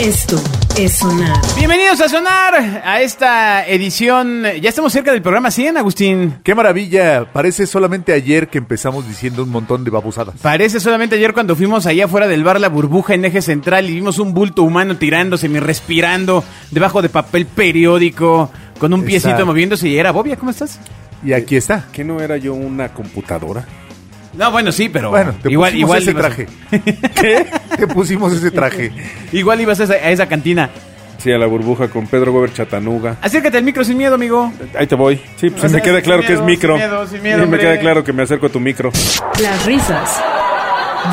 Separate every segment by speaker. Speaker 1: Esto es sonar.
Speaker 2: Bienvenidos a Sonar a esta edición. Ya estamos cerca del programa 100, Agustín.
Speaker 3: ¡Qué maravilla! Parece solamente ayer que empezamos diciendo un montón de babosadas.
Speaker 2: Parece solamente ayer cuando fuimos allá afuera del bar La Burbuja en Eje Central y vimos un bulto humano tirándose, mi respirando, debajo de papel periódico, con un
Speaker 3: Exacto.
Speaker 2: piecito moviéndose y era Bobia, ¿cómo estás?
Speaker 3: Y aquí está.
Speaker 4: ¿Que no era yo una computadora?
Speaker 2: No, bueno, sí, pero
Speaker 3: Bueno, te
Speaker 2: igual, igual,
Speaker 3: pusimos ese
Speaker 2: ibas a-
Speaker 3: traje. ¿Qué? Te pusimos ese traje.
Speaker 2: igual ibas a esa, a esa cantina.
Speaker 4: Sí, a la burbuja con Pedro Gober Chatanuga.
Speaker 2: Acércate al micro sin miedo, amigo.
Speaker 4: Ahí te voy. Sí, pues
Speaker 2: O sea,
Speaker 4: sí me queda
Speaker 2: sin
Speaker 4: claro que es
Speaker 2: miedo,
Speaker 4: micro.
Speaker 2: sin miedo, sin miedo,
Speaker 4: Sí, me
Speaker 2: hombre.
Speaker 4: queda claro que me acerco a tu micro.
Speaker 1: Las risas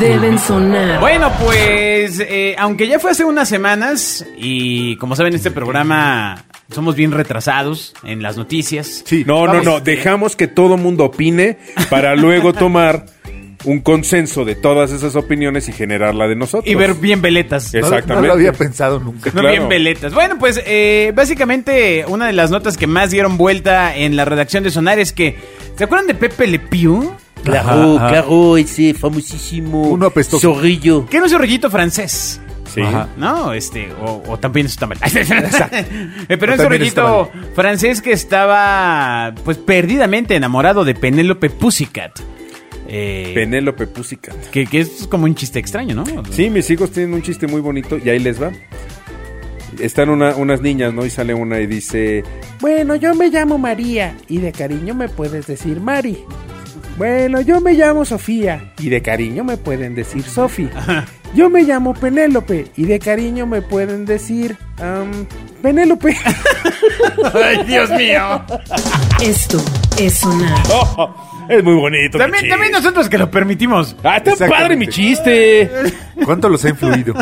Speaker 1: deben sonar.
Speaker 2: Bueno, pues eh, aunque ya fue hace unas semanas y como saben este programa somos bien retrasados en las noticias.
Speaker 3: Sí.
Speaker 4: No, no,
Speaker 2: Vamos.
Speaker 4: no. Dejamos que todo mundo opine para luego tomar un consenso de todas esas opiniones y generar la de nosotros.
Speaker 2: Y ver bien veletas.
Speaker 4: Es-
Speaker 3: No- No,
Speaker 4: Exactamente.
Speaker 3: lo había pensado nunca.
Speaker 2: No
Speaker 4: claro.
Speaker 2: bien veletas. Bueno, pues eh, básicamente una de las notas que más dieron vuelta en la redacción de Sonar es que... ¿Se acuerdan de Pepe Le Pew?
Speaker 5: Claro, claro, ese famosísimo
Speaker 3: Uno apestoso.
Speaker 5: zorrillo.
Speaker 2: Que era un zorrillito francés.
Speaker 4: Sí.
Speaker 3: Ajá.
Speaker 2: No, este, o, o también está mal. Exacto. Pero
Speaker 3: O
Speaker 2: un
Speaker 3: también está
Speaker 2: zorrillito francés que estaba, pues, perdidamente enamorado de Penélope Pussycat. Eh,
Speaker 4: Penélope Pusica.
Speaker 2: que, que es como un chiste extraño, ¿no?
Speaker 4: Sí, mis hijos tienen un chiste muy bonito y ahí les va. Están una- unas niñas, ¿no? Y sale una y dice,
Speaker 6: Bueno, yo me llamo María y de cariño me puedes decir Mari. Bueno, yo me llamo Sofía y de cariño me pueden decir Sofi. Yo me llamo Penélope y de cariño me pueden decir am, Penélope.
Speaker 1: Esto es sonar.
Speaker 4: Oh, es muy bonito. mi
Speaker 2: También,
Speaker 4: chiste".
Speaker 2: también nosotros que lo permitimos.
Speaker 4: Ah, está
Speaker 3: Exactamente.
Speaker 4: padre mi chiste.
Speaker 3: ¿Cuánto los ha influido?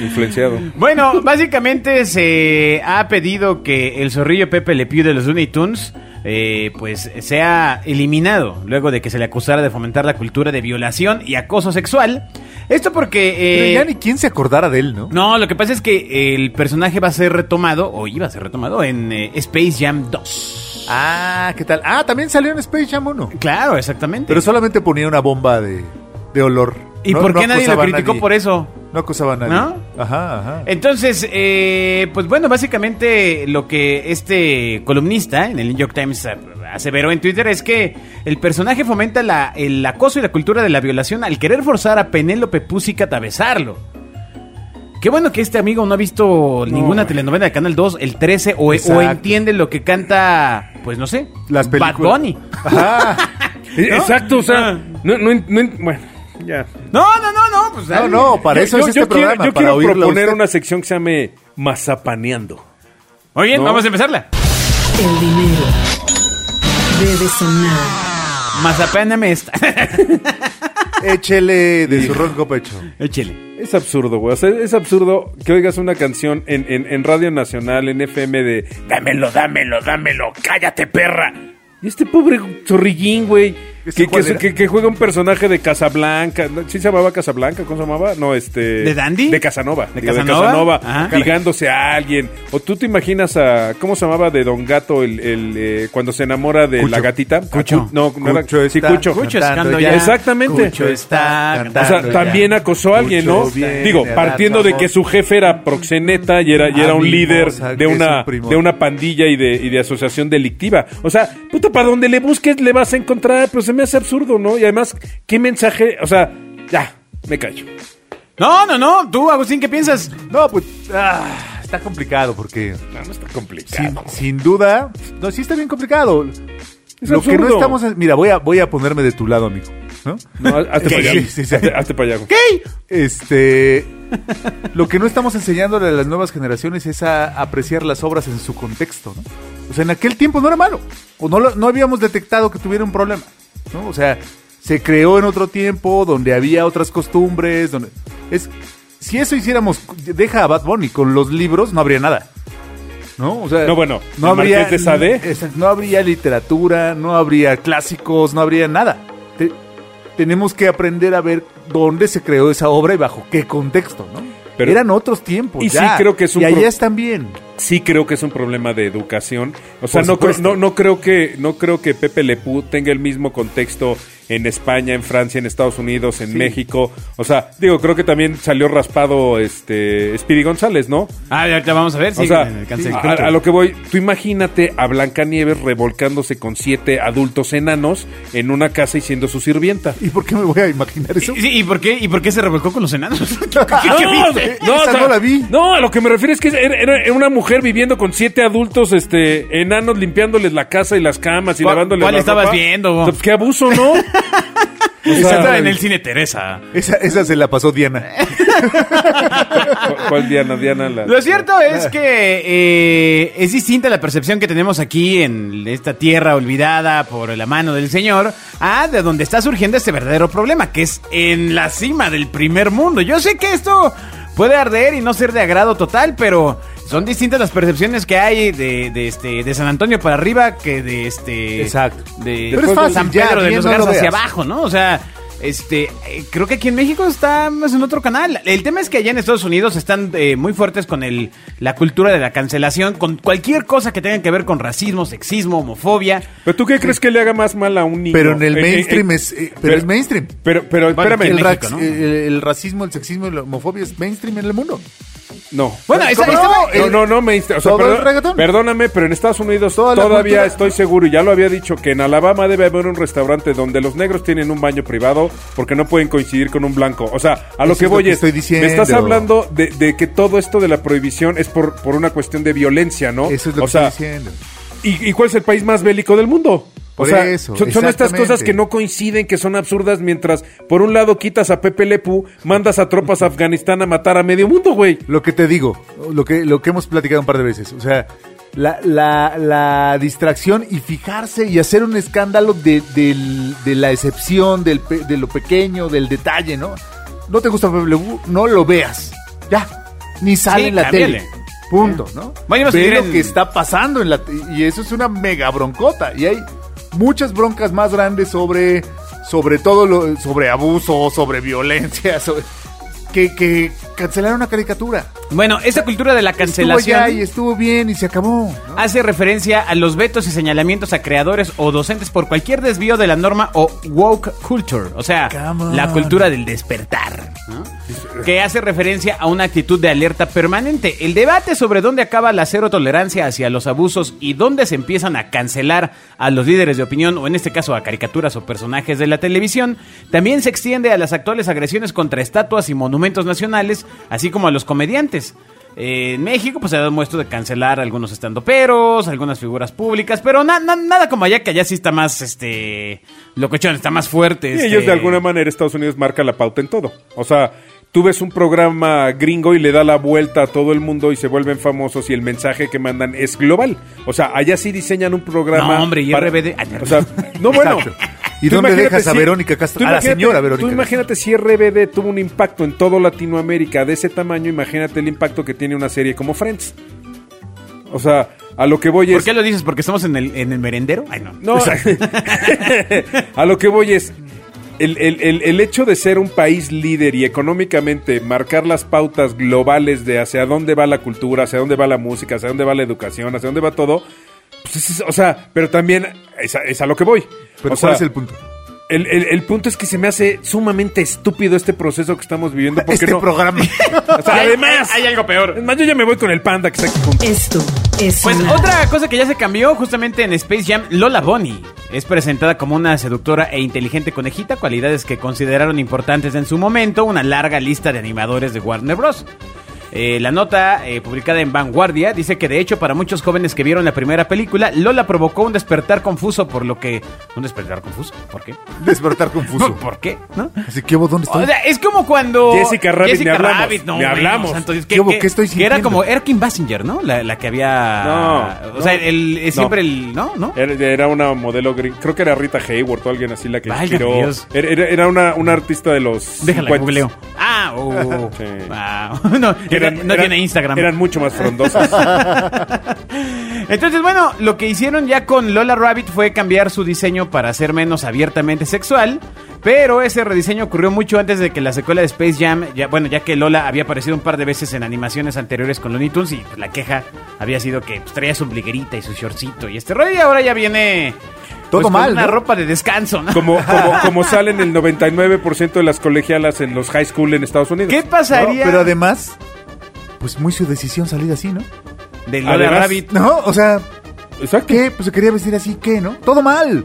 Speaker 4: Influenciado.
Speaker 2: Bueno, básicamente se ha pedido que el zorrillo Pepe Le Pew de los Looney Tunes eh, pues sea eliminado luego de que se le acusara de fomentar la cultura de violación y acoso sexual. Esto porque... eh,
Speaker 3: Pero ya ni quién se acordara de él, ¿no?
Speaker 2: No, lo que pasa es que el personaje va a ser retomado, o iba a ser retomado, en eh, Space Jam 2.
Speaker 3: Ah, ¿qué tal? Ah, también salió en Space Jam 1.
Speaker 2: Claro, exactamente.
Speaker 3: Pero solamente ponía una bomba de, de olor.
Speaker 2: ¿Y
Speaker 3: No-
Speaker 2: por
Speaker 3: no
Speaker 2: qué nadie lo
Speaker 3: acusaba a
Speaker 2: criticó
Speaker 3: nadie.
Speaker 2: por eso?
Speaker 3: No acusaba a nadie.
Speaker 2: ¿No?
Speaker 3: Ajá, ajá.
Speaker 2: Entonces, eh, pues bueno, básicamente lo que este columnista en el New York Times a- aseveró en Twitter es que el personaje fomenta la- el acoso y la cultura de la violación al querer forzar a Penélope Pussycat a besarlo. Qué bueno que este amigo no ha visto ninguna telenovela de Canal 2, el 13, o, o
Speaker 3: Exacto.
Speaker 2: entiende lo que canta, pues no sé,
Speaker 3: Las películas.
Speaker 2: Bad Bunny.
Speaker 3: Ajá.
Speaker 4: Eh, Exacto, o sea, no, no, en- no en- bueno, ya.
Speaker 2: No, no, no, no, pues
Speaker 3: No, no, para
Speaker 4: Yo-
Speaker 3: eso
Speaker 4: yo-
Speaker 3: es este
Speaker 4: yo quiero-
Speaker 3: programa.
Speaker 4: Yo
Speaker 3: para
Speaker 4: quiero
Speaker 3: oírlo a
Speaker 4: proponer
Speaker 3: usted.
Speaker 4: una sección que se llame Mazapaneando.
Speaker 2: Muy bien,
Speaker 4: No.
Speaker 2: vamos a empezarla.
Speaker 1: El dinero debe sonar.
Speaker 2: Mazapéname esta.
Speaker 3: Échele de su ronco pecho.
Speaker 2: Échele.
Speaker 4: Es absurdo, güey. O sea, es absurdo que oigas una canción en, en- en Radio Nacional, en FM de Dámelo, dámelo, dámelo, cállate, perra. Y este pobre zorrillín, güey.
Speaker 3: ¿Este
Speaker 4: Que,
Speaker 3: cuál
Speaker 4: que,
Speaker 3: era?
Speaker 4: que- que juega un personaje de Casablanca. ¿no? ¿Sí se llamaba Casablanca? ¿Cómo se llamaba? No, este.
Speaker 2: ¿De Dandy?
Speaker 4: De Casanova.
Speaker 2: ¿De
Speaker 4: Digo,
Speaker 2: Casanova?
Speaker 4: Casanova,
Speaker 2: Ajá.
Speaker 4: ligándose a alguien. O tú te imaginas a. ¿Cómo se llamaba de Don Gato el, el, eh, cuando se enamora de la
Speaker 3: Cucho.
Speaker 4: gatita?
Speaker 2: Cucho.
Speaker 4: Ah, cu- No, no era- sí, Cucho.
Speaker 2: Cucho.
Speaker 3: cantando
Speaker 2: ya.
Speaker 4: Exactamente.
Speaker 2: Cucho está
Speaker 4: O
Speaker 2: cantando
Speaker 4: sea, también acosó a alguien, ¿no? Digo, partiendo de que su jefe era proxeneta y era, y era un
Speaker 3: Amigo,
Speaker 4: líder
Speaker 3: o sea, que
Speaker 4: de
Speaker 3: es
Speaker 4: una,
Speaker 3: un primo.
Speaker 4: de una pandilla y de, y de asociación delictiva. O sea, puta, para donde le busques le vas a encontrar, pero se me hace absurdo, ¿no? Y además, ¿qué mensaje? O sea, ya, me callo.
Speaker 2: No, no, no. Tú, Agustín, ¿qué piensas?
Speaker 3: No, pues ah, está complicado porque
Speaker 4: No, no está
Speaker 3: sin,
Speaker 4: complicado.
Speaker 3: sin duda, no, sí está bien complicado.
Speaker 4: Es
Speaker 3: Lo que no
Speaker 4: absurdo.
Speaker 3: estamos, es- mira, voy a, voy a ponerme de tu lado, amigo, ¿no?
Speaker 4: No, hazte
Speaker 3: Sí,
Speaker 4: para allá.
Speaker 3: sí, sí.
Speaker 4: Hazte- hazte para allá.
Speaker 3: Este, lo que no estamos enseñándole a las nuevas generaciones es a apreciar las obras en su contexto, ¿no? O sea, en aquel tiempo no era malo, o no, lo- no habíamos detectado que tuviera un problema, ¿no? O sea, se creó en otro tiempo donde había otras costumbres, donde es si eso hiciéramos, deja a Bad Bunny con los libros no habría nada. ¿No? O sea,
Speaker 4: No, bueno,
Speaker 3: no
Speaker 4: el
Speaker 3: habría
Speaker 4: Marqués de Sade.
Speaker 3: Exacto, no habría literatura, no habría clásicos, no habría nada. Te- tenemos que aprender a ver dónde se creó esa obra y bajo qué contexto, ¿no?
Speaker 4: Pero-
Speaker 3: Eran otros tiempos.
Speaker 4: Y sí
Speaker 3: ya,
Speaker 4: creo que es un
Speaker 3: Y allá
Speaker 4: pro-
Speaker 3: están bien.
Speaker 4: sí creo que es un problema de educación. O sea,
Speaker 3: Por
Speaker 4: no creo,
Speaker 3: supuesto.
Speaker 4: no, no creo que no creo que Pepe Lepú tenga el mismo contexto en España, en Francia, en Estados Unidos, en México. O sea, digo, creo que también salió raspado este Speedy González, ¿no?
Speaker 2: Ah, ya te vamos a ver.
Speaker 4: o
Speaker 2: sí,
Speaker 4: sea,
Speaker 2: en el cáncer.
Speaker 4: a, a lo que voy, tú imagínate a Blancanieves revolcándose con siete adultos enanos en una casa y siendo su sirvienta.
Speaker 3: ¿Y por qué me voy a imaginar eso?
Speaker 2: ¿Y, sí, ¿y por qué, ¿Y por qué se revolcó con los enanos?
Speaker 3: viste? Esa no la vi.
Speaker 4: No, a lo que me refiero es que era, era- era una mujer viviendo con siete adultos este, enanos limpiándoles la casa y las camas y
Speaker 2: ¿Cuál-
Speaker 4: lavándoles
Speaker 2: cuál
Speaker 4: la
Speaker 2: estabas
Speaker 4: ropa.
Speaker 2: viendo, bo?
Speaker 4: O sea, pues, qué abuso, ¿no?
Speaker 2: Esa
Speaker 4: sea, eh.
Speaker 2: estaba en el cine Teresa.
Speaker 3: Esa, esa se la pasó Diana.
Speaker 4: ¿Cu- ¿Cuál Diana? Diana la...
Speaker 2: Lo cierto es que eh, es distinta la percepción que tenemos aquí en esta tierra olvidada por la mano del Señor a de donde está surgiendo este verdadero problema, que es en la cima del primer mundo. Yo sé que esto puede arder y no ser de agrado total, pero son distintas las percepciones que hay de, de, este, de San Antonio para arriba que de este...
Speaker 3: Exacto.
Speaker 2: De
Speaker 3: Pero es fácil,
Speaker 2: San
Speaker 3: ya,
Speaker 2: Pedro de
Speaker 3: bien,
Speaker 2: los
Speaker 3: no lo
Speaker 2: Garzas hacia
Speaker 3: veas.
Speaker 2: abajo abajo, ¿no? O sea, este, eh, creo que aquí en México estamos en otro canal. El tema es que allá en Estados Unidos están eh, muy fuertes con el, la cultura de la cancelación, con cualquier cosa que tenga que ver con racismo, sexismo, homofobia.
Speaker 4: ¿Pero tú qué crees que le haga más mal a un niño?
Speaker 3: Pero en el
Speaker 4: Eh, eh,
Speaker 3: mainstream
Speaker 4: eh,
Speaker 3: es. eh, pero es mainstream.
Speaker 4: Pero, pero espérame.
Speaker 2: en
Speaker 3: el, ra-
Speaker 2: México, ¿no?
Speaker 3: el, el racismo, el sexismo y la homofobia es mainstream en el mundo.
Speaker 4: No.
Speaker 2: Bueno, esa,
Speaker 3: ¿Cómo
Speaker 2: esa-
Speaker 3: no?
Speaker 4: No,
Speaker 3: el-
Speaker 4: no, no, mainstream. O sea,
Speaker 3: todo el
Speaker 4: perdón-
Speaker 3: reggaetón.
Speaker 4: perdóname, pero en Estados Unidos
Speaker 3: Toda la
Speaker 4: todavía
Speaker 3: cultura.
Speaker 4: estoy seguro, y ya lo había dicho, que en Alabama debe haber un restaurante donde los negros tienen un baño privado porque no pueden coincidir con un blanco. O sea, a lo
Speaker 3: Eso
Speaker 4: que
Speaker 3: es lo
Speaker 4: voy
Speaker 3: que
Speaker 4: es,
Speaker 3: estoy diciendo.
Speaker 4: me estás hablando de, de que todo esto de la prohibición es por, por una cuestión de violencia, ¿no?
Speaker 3: Eso es lo
Speaker 4: o
Speaker 3: que
Speaker 4: sea,
Speaker 3: estoy diciendo.
Speaker 4: ¿Y, y cuál es el país más bélico del mundo?
Speaker 3: Por
Speaker 4: o sea,
Speaker 3: eso,
Speaker 4: son, son estas
Speaker 3: exactamente.
Speaker 4: cosas que no coinciden, que son absurdas, mientras por un lado quitas a Pepe Lepu, mandas a tropas a Afganistán a matar a medio mundo, güey.
Speaker 3: Lo que te digo, lo que, lo que hemos platicado un par de veces. O sea, la, la, la distracción y fijarse y hacer un escándalo de, del- de la excepción, del, pe- de lo pequeño, del detalle, ¿no? No te gusta Pepe Le Pew, no lo veas. Ya. Ni sale
Speaker 2: Sí,
Speaker 3: en la
Speaker 2: cámbiale.
Speaker 3: tele. Punto, ¿no?
Speaker 2: Bueno, vamos a
Speaker 3: Ve
Speaker 2: seguir
Speaker 3: lo
Speaker 2: en-
Speaker 3: que está pasando en la te- y eso es una mega broncota y hay muchas broncas más grandes sobre sobre todo lo, sobre abuso, sobre violencia, sobre- que, que cancelaron una caricatura.
Speaker 2: bueno, esa cultura de la
Speaker 3: Estuvo ya y
Speaker 2: cancelación
Speaker 3: estuvo bien y se acabó. ¿no?
Speaker 2: hace referencia a los vetos y señalamientos a creadores o docentes por cualquier desvío de la norma o woke culture, o sea,
Speaker 3: Come on.
Speaker 2: la cultura del despertar, ¿no? que hace referencia a una actitud de alerta permanente. El debate sobre dónde acaba la cero tolerancia hacia los abusos y dónde se empiezan a cancelar a los líderes de opinión, o en este caso a caricaturas o personajes de la televisión, también se extiende a las actuales agresiones contra estatuas y monumentos nacionales, así como a los comediantes. Eh, en México, pues se ha dado muestro de cancelar algunos estandoperos, algunas figuras públicas, pero na- na- nada como allá, que allá sí está más, este, locochón, está más fuerte.
Speaker 4: Y
Speaker 2: este-
Speaker 4: ellos de alguna manera Estados Unidos marca la pauta en todo. O sea, tú ves un programa gringo y le da la vuelta a todo el mundo y se vuelven famosos y el mensaje que mandan es global. O sea, allá sí diseñan un programa.
Speaker 2: No, hombre, y RBD.
Speaker 4: O sea, no bueno.
Speaker 3: Exacto. ¿Y
Speaker 4: Tú
Speaker 3: dónde
Speaker 4: imagínate
Speaker 3: dejas a
Speaker 4: si-
Speaker 3: Verónica Castro?
Speaker 4: tú
Speaker 3: A la
Speaker 4: imagínate-
Speaker 3: señora Verónica
Speaker 4: Tú
Speaker 3: Castro.
Speaker 4: imagínate si RBD tuvo un impacto en todo Latinoamérica de ese tamaño, imagínate el impacto que tiene una serie como Friends. O sea, a lo que voy
Speaker 2: ¿Por
Speaker 4: es
Speaker 2: qué lo dices? ¿Porque estamos en el, en el merendero? Ay, no.
Speaker 4: no, a lo que voy es. El, el- el- el hecho de ser un país líder y económicamente marcar las pautas globales de hacia dónde va la cultura, hacia dónde va la música, hacia dónde va la educación, hacia dónde va todo, pues es- es- o sea, pero también es a, es a lo que voy.
Speaker 3: Pero ¿cuál
Speaker 4: O sea,
Speaker 3: es el punto?
Speaker 4: el, el- el punto es que se me hace sumamente estúpido este proceso que estamos viviendo. Porque
Speaker 3: Este
Speaker 4: no,
Speaker 3: programa.
Speaker 4: o sea, además,
Speaker 2: hay algo peor.
Speaker 4: es más, yo ya me voy con el panda que está aquí junto.
Speaker 1: Esto es
Speaker 2: Pues
Speaker 1: sonar.
Speaker 2: otra cosa que ya se cambió justamente en Space Jam, Lola Bonnie es presentada como una seductora e inteligente conejita, cualidades que consideraron importantes en su momento una larga lista de animadores de Warner Bros. Eh, la nota eh, publicada en Vanguardia dice que de hecho para muchos jóvenes que vieron la primera película, Lola provocó un despertar confuso por lo que... ¿Un despertar confuso? ¿Por qué?
Speaker 3: Despertar confuso.
Speaker 2: ¿Por, por qué? ¿No?
Speaker 3: Así que, ¿dónde estoy?
Speaker 2: O sea, es como cuando.
Speaker 4: Jessica Rabbit, ni hablamos,
Speaker 2: no,
Speaker 4: ni
Speaker 2: bueno,
Speaker 4: hablamos.
Speaker 2: santo Dios,
Speaker 3: ¿Qué
Speaker 2: que-
Speaker 3: hubo?
Speaker 2: que-
Speaker 3: ¿Qué estoy
Speaker 2: que Era
Speaker 3: sintiendo?
Speaker 2: como. Era Kim Basinger, ¿no? La, la que había.
Speaker 4: No,
Speaker 2: O sea,
Speaker 4: no.
Speaker 2: el, es
Speaker 4: No. Eh,
Speaker 2: siempre el. ¿No? ¿No?
Speaker 4: Era, era una modelo gringa, creo que era Rita Hayward o alguien así la que
Speaker 2: Válgame
Speaker 4: inspiró.
Speaker 2: Dios.
Speaker 4: Era, era- era una, una artista de los.
Speaker 2: Déjala,
Speaker 4: 50s.
Speaker 2: googleo. Ah, oh.
Speaker 4: Sí.
Speaker 2: Ah, no,
Speaker 4: Eran-
Speaker 2: no
Speaker 4: eran-
Speaker 2: tiene Instagram.
Speaker 4: Eran mucho más frondosas.
Speaker 2: Entonces, bueno, lo que hicieron ya con Lola Rabbit fue cambiar su diseño para ser menos abiertamente sexual, pero ese rediseño ocurrió mucho antes de que la secuela de Space Jam, ya, bueno, ya que Lola había aparecido un par de veces en animaciones anteriores con Looney Tunes y pues, la queja había sido que pues, traía su bliguerita y su shortcito y este rollo, y ahora ya viene
Speaker 3: Todo
Speaker 2: con
Speaker 3: mal,
Speaker 2: Una
Speaker 3: ¿no?
Speaker 2: ropa de descanso, ¿no?
Speaker 4: Como, como, como salen el 99% de las colegialas en los high school en Estados Unidos.
Speaker 2: ¿Qué pasaría
Speaker 3: Pero además, pues muy su decisión salir así, ¿no?
Speaker 2: de Lola
Speaker 4: Además-
Speaker 2: Rabbit?
Speaker 3: No, o sea,
Speaker 4: Exacto.
Speaker 3: ¿qué? Pues se quería vestir así, ¿qué, no? Todo mal.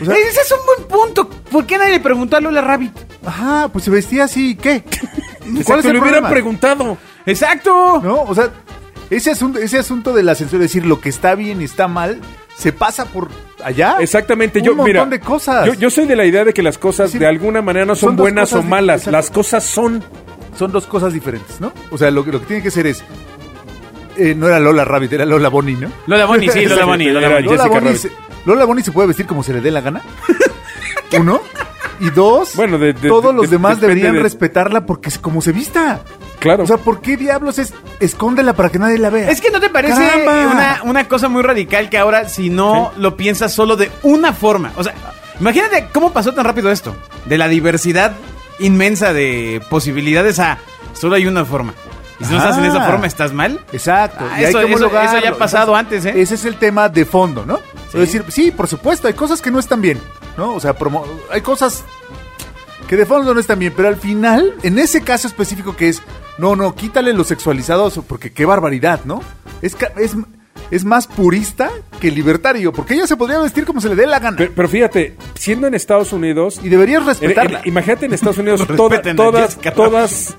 Speaker 3: O sea,
Speaker 2: Ese es un buen punto. ¿Por qué nadie le preguntó a Lola Rabbit?
Speaker 3: ajá, pues se vestía así, ¿qué?
Speaker 4: Exacto, le hubieran preguntado.
Speaker 2: ¡Exacto!
Speaker 3: ¿No? O sea, ese asunto, ese asunto de la censura, decir lo que está bien y está mal, se pasa por allá.
Speaker 4: Exactamente,
Speaker 3: Un
Speaker 4: yo
Speaker 3: montón
Speaker 4: mira,
Speaker 3: de cosas.
Speaker 4: Yo, yo soy de la idea de que las cosas
Speaker 3: Sí.
Speaker 4: de alguna manera no son,
Speaker 3: Son dos
Speaker 4: buenas o
Speaker 3: cosas di-
Speaker 4: malas,
Speaker 3: exacto.
Speaker 4: las cosas son.
Speaker 3: Son dos cosas diferentes, ¿no? O sea, lo, que- lo que tiene que ser es. eh, no era Lola Rabbit, era Lola Bonnie, ¿no?
Speaker 2: Lola Bonnie, sí, Lola Bonnie. Lola
Speaker 4: Era
Speaker 2: Bonnie.
Speaker 3: Lola
Speaker 4: Jessica
Speaker 3: Bonnie,
Speaker 4: Rabbit.
Speaker 3: se, Lola Bonnie se puede vestir como se le dé la gana. Uno. Y dos,
Speaker 4: Bueno, de- de-
Speaker 3: todos
Speaker 4: de-
Speaker 3: los
Speaker 4: de-
Speaker 3: demás
Speaker 4: depende
Speaker 3: deberían
Speaker 4: de-
Speaker 3: respetarla porque es como se vista.
Speaker 4: Claro.
Speaker 3: O sea, ¿por qué diablos es escóndela para que nadie la vea?
Speaker 2: Es que no te parece
Speaker 3: Caramba.
Speaker 2: una, una cosa muy radical que ahora, si no lo piensas solo de una forma. O sea, imagínate cómo pasó tan rápido esto. De la diversidad inmensa de posibilidades a solo hay una forma. Y si no estás en esa
Speaker 3: Ah.
Speaker 2: forma, ¿estás mal?
Speaker 3: Exacto.
Speaker 2: Ah, eso- eso-
Speaker 3: homologarlo.
Speaker 2: eso ya ha pasado
Speaker 3: Entonces,
Speaker 2: antes, ¿eh?
Speaker 3: Ese es el tema de fondo, ¿no?
Speaker 2: Sí.
Speaker 3: Es decir, sí, por supuesto, hay cosas que no están bien, ¿no? O sea, promo- hay cosas que de fondo no están bien, pero al final, en ese caso específico que es, no, no, quítale los sexualizados, porque qué barbaridad, ¿no? Es, ca- es, es más purista que libertario, porque ella se podría vestir como se le dé la gana.
Speaker 4: Pe- pero, fíjate, siendo en Estados Unidos,
Speaker 3: y deberías
Speaker 4: en- en-
Speaker 3: respetarla.
Speaker 4: imagínate en Estados Unidos
Speaker 2: Respeten
Speaker 4: toda-
Speaker 2: a
Speaker 4: todas,
Speaker 2: Jessica
Speaker 4: todas,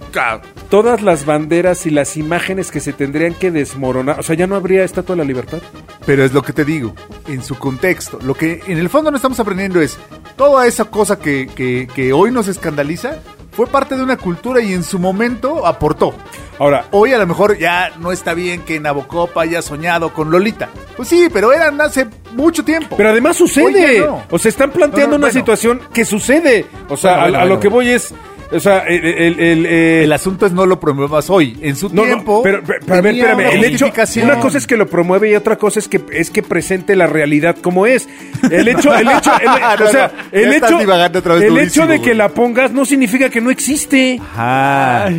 Speaker 4: todas las banderas y las imágenes que se tendrían que desmoronar. O sea, ya no habría estatua de la libertad.
Speaker 3: Pero es lo que te digo, en su contexto. Lo que en el fondo no estamos aprendiendo es toda esa cosa que, que- que hoy nos escandaliza fue parte de una cultura y en su momento aportó.
Speaker 4: Ahora,
Speaker 3: Hoy a lo mejor ya no está bien que Nabokov haya soñado con Lolita. Pues sí, pero eran hace mucho tiempo.
Speaker 4: Pero además sucede.
Speaker 3: Oye, no.
Speaker 4: O sea, están
Speaker 3: No,
Speaker 4: planteando
Speaker 3: no,
Speaker 4: una
Speaker 3: bueno.
Speaker 4: situación que sucede. O
Speaker 3: Bueno,
Speaker 4: sea, a-
Speaker 3: bueno,
Speaker 4: a,
Speaker 3: bueno,
Speaker 4: lo que
Speaker 3: bueno.
Speaker 4: voy es. O sea, el. el- el- el-
Speaker 3: el asunto es no lo promuevas hoy. En su
Speaker 4: no, no,
Speaker 3: tiempo.
Speaker 4: pero, pero- pero a ver,
Speaker 3: tenía una
Speaker 4: espérame. El hecho,
Speaker 3: justificación.
Speaker 4: una cosa es que lo promueve y otra cosa es que es que presente la realidad como es. El hecho, el hecho, el-
Speaker 3: No, no,
Speaker 4: o sea,
Speaker 3: ya
Speaker 4: el
Speaker 3: estás
Speaker 4: hecho,
Speaker 3: divagando otra vez
Speaker 4: el
Speaker 3: durísimo,
Speaker 4: hecho de que
Speaker 3: güey.
Speaker 4: la pongas no significa que no existe.
Speaker 3: Ajá.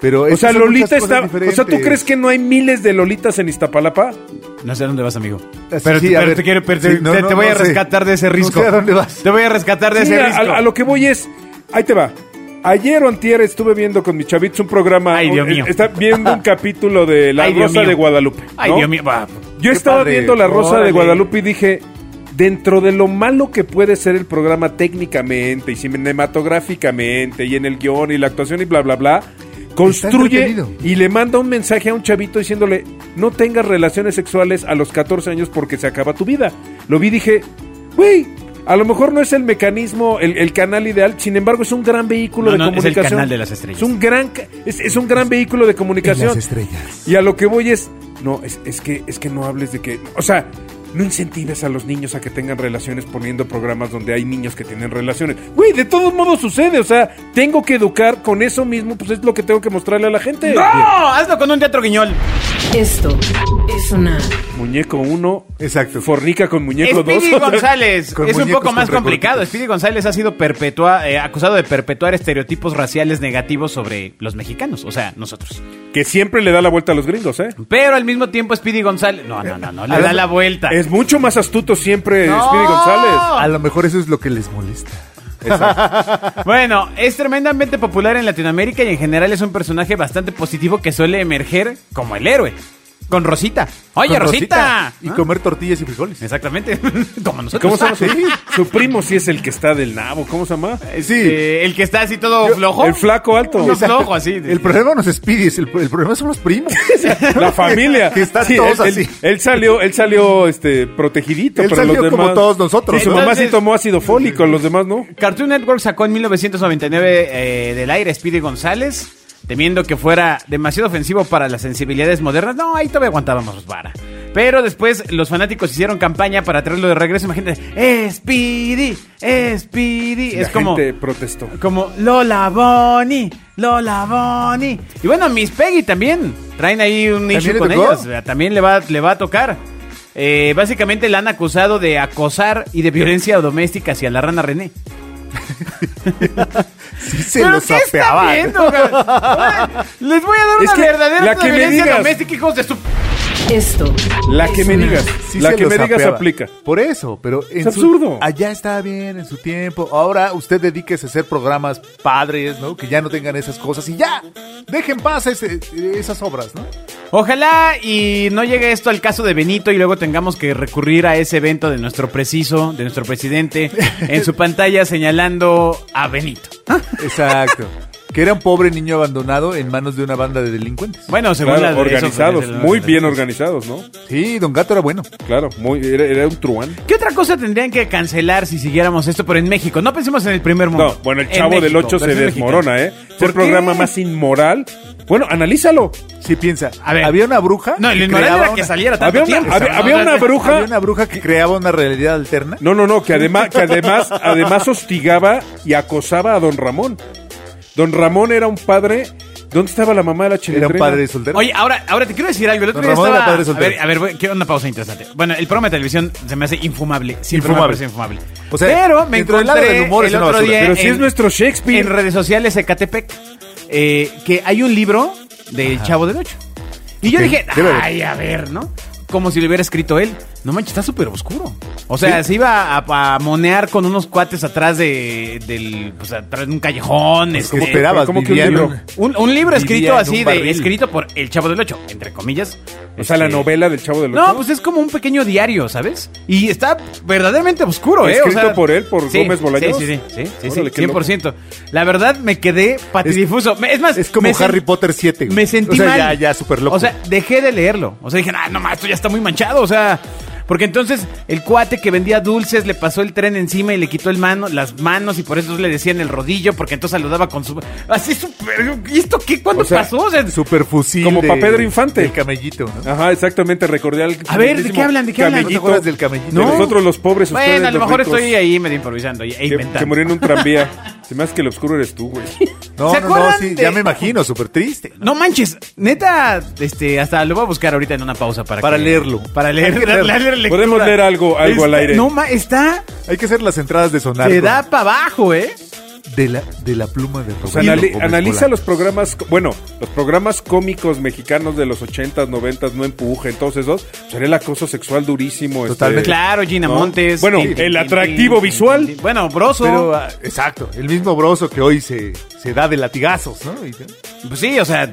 Speaker 3: Pero
Speaker 4: O
Speaker 3: es que
Speaker 4: sea,
Speaker 3: son
Speaker 4: Lolita
Speaker 3: muchas cosas
Speaker 4: está. O sea, ¿tú
Speaker 3: diferentes.
Speaker 4: crees que no hay miles de Lolitas en Iztapalapa?
Speaker 2: No sé a dónde vas, amigo.
Speaker 3: Así,
Speaker 2: Pero,
Speaker 3: Eh, sí,
Speaker 2: te-
Speaker 3: a
Speaker 2: pero
Speaker 3: ver.
Speaker 2: te quiero pero te-
Speaker 3: Sí, no,
Speaker 2: te,
Speaker 3: no,
Speaker 2: te voy
Speaker 3: no
Speaker 2: a
Speaker 3: sé.
Speaker 2: rescatar de ese
Speaker 3: No
Speaker 2: risco.
Speaker 3: sé a dónde vas.
Speaker 2: Te voy a rescatar de
Speaker 4: Sí,
Speaker 2: ese
Speaker 4: a,
Speaker 2: risco.
Speaker 4: a- a lo que voy es, ahí te va. Ayer o antier estuve viendo con mi chavito un programa.
Speaker 2: Ay, Dios
Speaker 4: un- eh,
Speaker 2: mío.
Speaker 4: Está viendo un capítulo de La
Speaker 2: Ay, Dios
Speaker 4: Rosa
Speaker 2: mío.
Speaker 4: de Guadalupe.
Speaker 2: Ay,
Speaker 4: ¿no?
Speaker 2: Dios mío. va.
Speaker 4: Yo
Speaker 3: Qué
Speaker 4: estaba
Speaker 3: padre.
Speaker 4: viendo La Rosa de
Speaker 3: Órale.
Speaker 4: Guadalupe y dije, dentro de lo malo que puede ser el programa técnicamente y cinematográficamente y en el guión y la actuación y bla, bla, bla, construye
Speaker 3: entretenido.
Speaker 4: y le manda un mensaje a un chavito diciéndole, no tengas relaciones sexuales a los 14 años porque se acaba tu vida. Lo vi y dije, güey. A lo mejor no es el mecanismo, el, el canal ideal, sin embargo es un gran vehículo
Speaker 2: No,
Speaker 4: de
Speaker 2: no, es el
Speaker 4: comunicación.
Speaker 2: canal de las estrellas.
Speaker 4: Es un gran, ca- es, es un gran vehículo de comunicación.
Speaker 3: estrellas.
Speaker 4: Y a lo que voy es, no, es, es que es que no hables de que, o sea, no incentives a los niños a que tengan relaciones poniendo programas donde hay niños que tienen relaciones. Güey, de todos modos sucede, o sea, tengo que educar con eso mismo, pues es lo que tengo que mostrarle a la gente.
Speaker 2: ¡No! Hazlo con un teatro guiñol.
Speaker 1: Esto es sonar.
Speaker 4: Muñeco 1,
Speaker 3: Exacto.
Speaker 4: fornica con muñeco 2.
Speaker 2: Speedy González
Speaker 3: Con
Speaker 2: es un
Speaker 3: muñecos
Speaker 2: poco más
Speaker 3: con
Speaker 2: complicado.
Speaker 3: recortitos.
Speaker 2: Speedy González ha sido perpetua, eh, acusado de perpetuar estereotipos raciales negativos sobre los mexicanos, o sea, nosotros.
Speaker 4: que siempre le da la vuelta a los gringos, ¿eh?
Speaker 2: Pero al mismo tiempo Speedy González... No, no, no, no, le da la vuelta.
Speaker 4: Es mucho más astuto siempre
Speaker 2: No.
Speaker 4: Speedy González.
Speaker 3: A lo mejor eso es lo que les molesta.
Speaker 2: Bueno, es tremendamente popular en Latinoamérica y en general es un personaje bastante positivo que suele emerger como el héroe. Con Rosita. Oye,
Speaker 3: Con
Speaker 2: Rosita.
Speaker 3: Y
Speaker 2: ¿Ah?
Speaker 3: comer tortillas y frijoles.
Speaker 2: Exactamente. como nosotros.
Speaker 4: ¿Cómo se llama? Su, su primo sí es el que está del nabo, ¿cómo se llama?
Speaker 2: Este, el que está así todo flojo.
Speaker 4: El flaco alto.
Speaker 2: Yo
Speaker 3: Eh, Exacto.
Speaker 2: flojo, así.
Speaker 3: El problema no es Speedy, es el, el problema son los primos.
Speaker 4: La familia.
Speaker 3: Que están
Speaker 4: Sí,
Speaker 3: todos
Speaker 4: él,
Speaker 3: así.
Speaker 4: él- él salió, él salió este protegidito,
Speaker 3: Él
Speaker 4: pero
Speaker 3: salió
Speaker 4: los demás.
Speaker 3: como todos nosotros,
Speaker 4: Sí, su
Speaker 2: ¿no?
Speaker 4: mamá sí
Speaker 2: Entonces-
Speaker 4: tomó ácido fólico, los demás no.
Speaker 2: Cartoon Network sacó en 1999 eh, del aire a Speedy González, temiendo que fuera demasiado ofensivo para las sensibilidades modernas. No, ahí todavía aguantábamos vara. Pero después los fanáticos hicieron campaña para traerlo de regreso. Imagínate, ¡Eh, Speedy! ¡Eh, Speedy! es
Speaker 4: La
Speaker 2: como,
Speaker 4: gente protestó.
Speaker 2: como Lola Bonnie, Lola Bonnie. Y bueno, Miss Peggy también. Traen ahí un issue
Speaker 3: le
Speaker 2: con
Speaker 3: tocó?
Speaker 2: ellos. También le va, le va a tocar. Eh, básicamente la han acusado de acosar y de violencia doméstica hacia la rana René.
Speaker 3: Sí se los ¿eh?
Speaker 2: ¿qué está
Speaker 3: apeaban.
Speaker 2: viendo, cabrón? Les voy a dar
Speaker 4: Es
Speaker 2: una
Speaker 4: que
Speaker 2: verdadera
Speaker 4: la que me
Speaker 2: violencia
Speaker 4: digas-
Speaker 2: doméstica, hijos de su...
Speaker 1: Esto
Speaker 4: La que
Speaker 1: es
Speaker 4: me
Speaker 1: una-
Speaker 4: digas.
Speaker 3: Sí
Speaker 4: la
Speaker 3: se
Speaker 4: que
Speaker 3: lo
Speaker 4: me digas
Speaker 3: sapeaba.
Speaker 4: aplica.
Speaker 3: Por eso, pero en
Speaker 4: Es
Speaker 3: su-
Speaker 4: absurdo.
Speaker 3: allá estaba bien en su tiempo. Ahora usted dedíquese a hacer programas padres, ¿no? Que ya no tengan esas cosas y ya. Dejen paz ese- esas obras, ¿no?
Speaker 2: Ojalá y no llegue esto al caso de Benito y luego tengamos que recurrir a ese evento de nuestro preciso, de nuestro presidente, en su pantalla señalando a Benito.
Speaker 3: Exacto. que era un pobre niño abandonado en manos de una banda de delincuentes.
Speaker 2: Bueno, según
Speaker 4: Claro,
Speaker 2: las pues,
Speaker 4: organizados, muy bien organizados, ¿no?
Speaker 3: Sí, Don Gato era bueno.
Speaker 4: Claro, muy, era, era un truán.
Speaker 2: ¿Qué otra cosa tendrían que cancelar si siguiéramos esto? Pero en México, no pensemos en el primer mundo.
Speaker 4: No, bueno, el
Speaker 2: En
Speaker 4: chavo del
Speaker 2: México,
Speaker 4: 8 se
Speaker 2: versión mexicana.
Speaker 4: desmorona, ¿eh? Es
Speaker 2: ¿Por qué?
Speaker 4: el programa más inmoral. Bueno, analízalo.
Speaker 3: Sí, piensa.
Speaker 2: A ver.
Speaker 3: Había una bruja.
Speaker 2: No, el
Speaker 3: que
Speaker 2: inmoral
Speaker 3: creaba
Speaker 2: era que
Speaker 3: una-
Speaker 2: saliera tanto
Speaker 4: Había una,
Speaker 2: tiempo.
Speaker 4: había- había una bruja.
Speaker 3: Había una bruja que creaba una realidad alterna.
Speaker 4: No, no, no, que además, que además, además hostigaba y acosaba a don Ramón. Don Ramón era un padre. ¿Dónde estaba la mamá de la
Speaker 3: Era un
Speaker 4: chilindrina?
Speaker 3: padre soltero.
Speaker 2: Oye, ahora, ahora te quiero decir algo. El otro
Speaker 3: Don
Speaker 2: día
Speaker 3: Ramón era
Speaker 2: estaba...
Speaker 3: padre
Speaker 2: a ver,
Speaker 3: soltero.
Speaker 2: a ver, voy- quiero una pausa interesante. Bueno, el programa de televisión se me hace infumable. Siempre
Speaker 3: Infumable.
Speaker 2: me parece infumable.
Speaker 3: O sea,
Speaker 2: pero me
Speaker 3: dentro del lado
Speaker 2: encontré
Speaker 3: del humor es
Speaker 2: el
Speaker 3: una
Speaker 2: otro
Speaker 3: basura.
Speaker 2: día
Speaker 4: Pero si
Speaker 2: en-
Speaker 4: es nuestro Shakespeare.
Speaker 2: en redes sociales Ecatepec eh, que hay un libro del Chavo del Ocho. Y yo
Speaker 3: Ok,
Speaker 2: dije,
Speaker 3: debe haber.
Speaker 2: ay, a ver, ¿no? Como si lo hubiera escrito él. No manches, está súper oscuro. O sea, se iba a, a monear con unos cuates atrás de, del, pues, atrás de un callejón.
Speaker 3: Pues,
Speaker 2: este,
Speaker 3: ¿Qué esperabas?
Speaker 4: ¿cómo que un
Speaker 3: Viviano?
Speaker 4: libro?
Speaker 2: un, un libro
Speaker 3: Vivía
Speaker 2: escrito
Speaker 3: en un
Speaker 2: así,
Speaker 3: barril.
Speaker 2: de, escrito por El Chavo del Ocho, entre comillas.
Speaker 4: O sea, la
Speaker 2: Este,
Speaker 4: novela del Chavo del Ocho.
Speaker 2: No, pues es como un pequeño diario, ¿sabes? Y está verdaderamente oscuro, ¿eh?
Speaker 4: ¿Escrito por él, por Gómez Bolaños?
Speaker 2: Sí, sí, sí, sí, sí,
Speaker 4: Órale, qué
Speaker 2: 100%. La verdad me quedé patidifuso. Me- Es, más,
Speaker 3: Es como
Speaker 2: me sen-
Speaker 3: Harry Potter 7. güey.
Speaker 2: Me sentí
Speaker 3: o sea,
Speaker 2: mal.
Speaker 3: Ya, ya, súper loco.
Speaker 2: O sea, dejé de leerlo. O sea, dije, ah, no, ma, esto ya está muy manchado, o sea... Porque entonces el cuate que vendía dulces le pasó el tren encima y le quitó el mano, las manos y por eso le decían el rodillo, porque entonces saludaba con su... Así súper... ¿Y esto qué? ¿Cuándo
Speaker 4: O sea,
Speaker 2: pasó? O sea,
Speaker 3: Super fusil.
Speaker 4: Como pa' Pedro Infante.
Speaker 3: El camellito, ¿no?
Speaker 4: Ajá, exactamente, recordé al
Speaker 2: A ver, ¿de qué hablan? ¿De qué hablan?
Speaker 4: camellito.
Speaker 3: ¿No te acuerdas del camellito?
Speaker 4: De
Speaker 3: No.
Speaker 4: Nosotros los pobres, ustedes
Speaker 2: Bueno, a lo
Speaker 4: los
Speaker 2: mejor
Speaker 4: ricos,
Speaker 2: estoy ahí medio improvisando y- e
Speaker 4: Que,
Speaker 2: inventando.
Speaker 4: que murió en un tranvía. Se me hace que el oscuro eres tú, güey.
Speaker 3: No,
Speaker 2: ¿Se
Speaker 3: no, no,
Speaker 2: acuerdan
Speaker 3: sí,
Speaker 2: de-
Speaker 3: ya me imagino, súper triste.
Speaker 2: No manches, neta, este, hasta lo voy a buscar ahorita en una pausa para
Speaker 3: Para
Speaker 2: que-
Speaker 3: leerlo.
Speaker 2: Para
Speaker 3: Hay
Speaker 2: leer,
Speaker 3: que leerlo.
Speaker 2: darle lectura.
Speaker 4: Podemos leer algo, algo al
Speaker 2: Está-
Speaker 4: aire.
Speaker 2: No, ma, está,
Speaker 3: Hay que hacer las entradas de sonar.
Speaker 2: te da para abajo, ¿eh?
Speaker 3: De la, de la pluma de
Speaker 2: Pues
Speaker 4: O sea, anali- analiza los programas, co- bueno, los programas cómicos mexicanos de los 80s, 90s, No Empuje, todos esos, sería el acoso sexual durísimo. este,
Speaker 3: Totalmente.
Speaker 2: Claro, Gina
Speaker 4: ¿no?
Speaker 2: Montes.
Speaker 4: Bueno,
Speaker 2: Tin, tin,
Speaker 4: el
Speaker 2: tin,
Speaker 4: atractivo
Speaker 2: tin, tin,
Speaker 4: visual.
Speaker 2: tin, tin. Bueno, Broso.
Speaker 3: Pero, ah, exacto, el mismo broso que hoy se, se da de latigazos, ¿no? Y-
Speaker 2: Pues sí, o sea.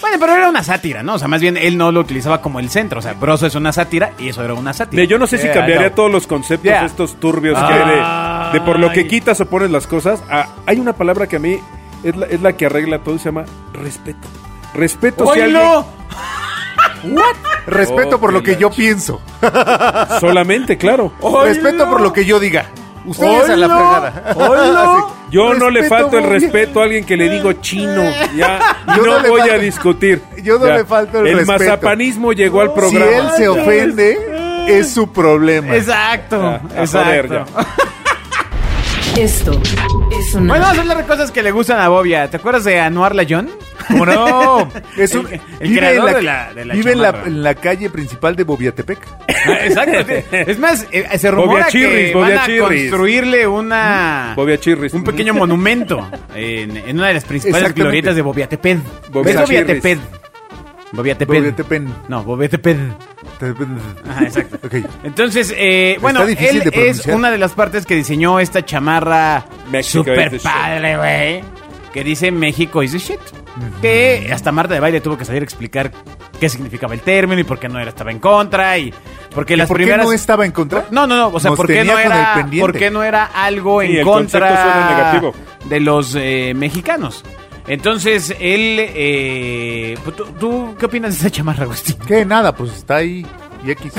Speaker 2: Bueno, pero era una sátira, ¿no? O sea, más bien él no lo utilizaba como el centro. O sea, Broso es una sátira y eso era una sátira. Eh,
Speaker 4: de- yo no sé si
Speaker 3: Yeah,
Speaker 4: cambiaría
Speaker 3: no.
Speaker 4: todos los conceptos
Speaker 3: Yeah.
Speaker 4: estos turbios que
Speaker 2: Ah.
Speaker 4: hay de, de por lo que
Speaker 2: Ay.
Speaker 4: quitas o pones las cosas. Ah, hay una palabra que a mí es la, es la que arregla todo y se llama respeto. Respeto si alguien-
Speaker 2: ¡Oílo!
Speaker 3: Respeto
Speaker 4: Oh,
Speaker 3: por lo
Speaker 4: qué
Speaker 3: que yo pienso.
Speaker 4: solamente, claro.
Speaker 3: Respeto por lo que yo diga. Ustedes a la
Speaker 2: ¡Oilo!
Speaker 3: fregada.
Speaker 2: ¡Oilo!
Speaker 3: Sí.
Speaker 4: Yo no le
Speaker 3: Respeto,
Speaker 4: falto el
Speaker 3: muy bien.
Speaker 4: respeto a alguien que le digo chino. Ya, y
Speaker 3: Yo
Speaker 4: no,
Speaker 3: no le
Speaker 4: voy
Speaker 3: falto-
Speaker 4: a discutir.
Speaker 3: yo no
Speaker 4: Ya.
Speaker 3: le falto el respeto.
Speaker 4: mazapanismo llegó al
Speaker 3: Si
Speaker 4: programa.
Speaker 3: él se ofende, es su problema.
Speaker 2: Exacto,
Speaker 4: Ya, a
Speaker 2: exacto.
Speaker 4: Ah, joder, ya.
Speaker 1: Esto es una.
Speaker 2: Bueno, vamos a hablar de cosas que le gustan a Bobia. ¿Te acuerdas de Anuar Layón?
Speaker 3: ¿Cómo no? Es un-
Speaker 2: El- el
Speaker 3: vive en
Speaker 2: creador
Speaker 3: la,
Speaker 2: de la- de la
Speaker 3: vive en la-
Speaker 2: chamarra.
Speaker 3: en la calle principal de Boviatepec.
Speaker 2: Exacto. sí. Es más, eh, se rumora
Speaker 4: Bobia Chirris,
Speaker 2: que van
Speaker 4: Bobia
Speaker 2: a
Speaker 4: Chirris.
Speaker 2: construirle una...
Speaker 4: Bobia Chirris.
Speaker 2: Un pequeño monumento en, en una de las principales
Speaker 3: Exactamente.
Speaker 2: glorietas de Bobiateped.
Speaker 4: Bobia
Speaker 2: ¿Ves Bobiateped?
Speaker 4: Chirris.
Speaker 2: Bobiateped.
Speaker 3: Bobiatepen.
Speaker 2: No, Bobiateped.
Speaker 3: Ajá,
Speaker 2: exacto.
Speaker 3: Ok.
Speaker 2: Entonces, eh, bueno,
Speaker 3: difícil
Speaker 2: él
Speaker 3: de
Speaker 2: es
Speaker 3: pronunciar.
Speaker 2: una de las partes que diseñó esta chamarra
Speaker 4: Mexico is the
Speaker 2: super
Speaker 4: shit.
Speaker 2: padre, güey. Que dice México is the shit. Que hasta Marta de Baile tuvo que salir a explicar qué significaba el término y por qué no era, estaba en contra y porque las
Speaker 3: ¿Por
Speaker 2: primeras
Speaker 3: qué no estaba en contra?
Speaker 2: no, no, no. O sea,
Speaker 3: Nos
Speaker 2: ¿por qué
Speaker 3: tenía
Speaker 2: no,
Speaker 3: con el
Speaker 2: era,
Speaker 3: pendiente.
Speaker 2: ¿por qué no era algo
Speaker 4: Sí,
Speaker 2: en
Speaker 4: el concepto suena
Speaker 2: contra
Speaker 4: negativo.
Speaker 2: de los eh, mexicanos? Entonces, él... eh, pues, ¿tú, tú qué opinas de esa chamarra, Agustín?
Speaker 3: ¿Qué? Nada, pues está ahí. Y X.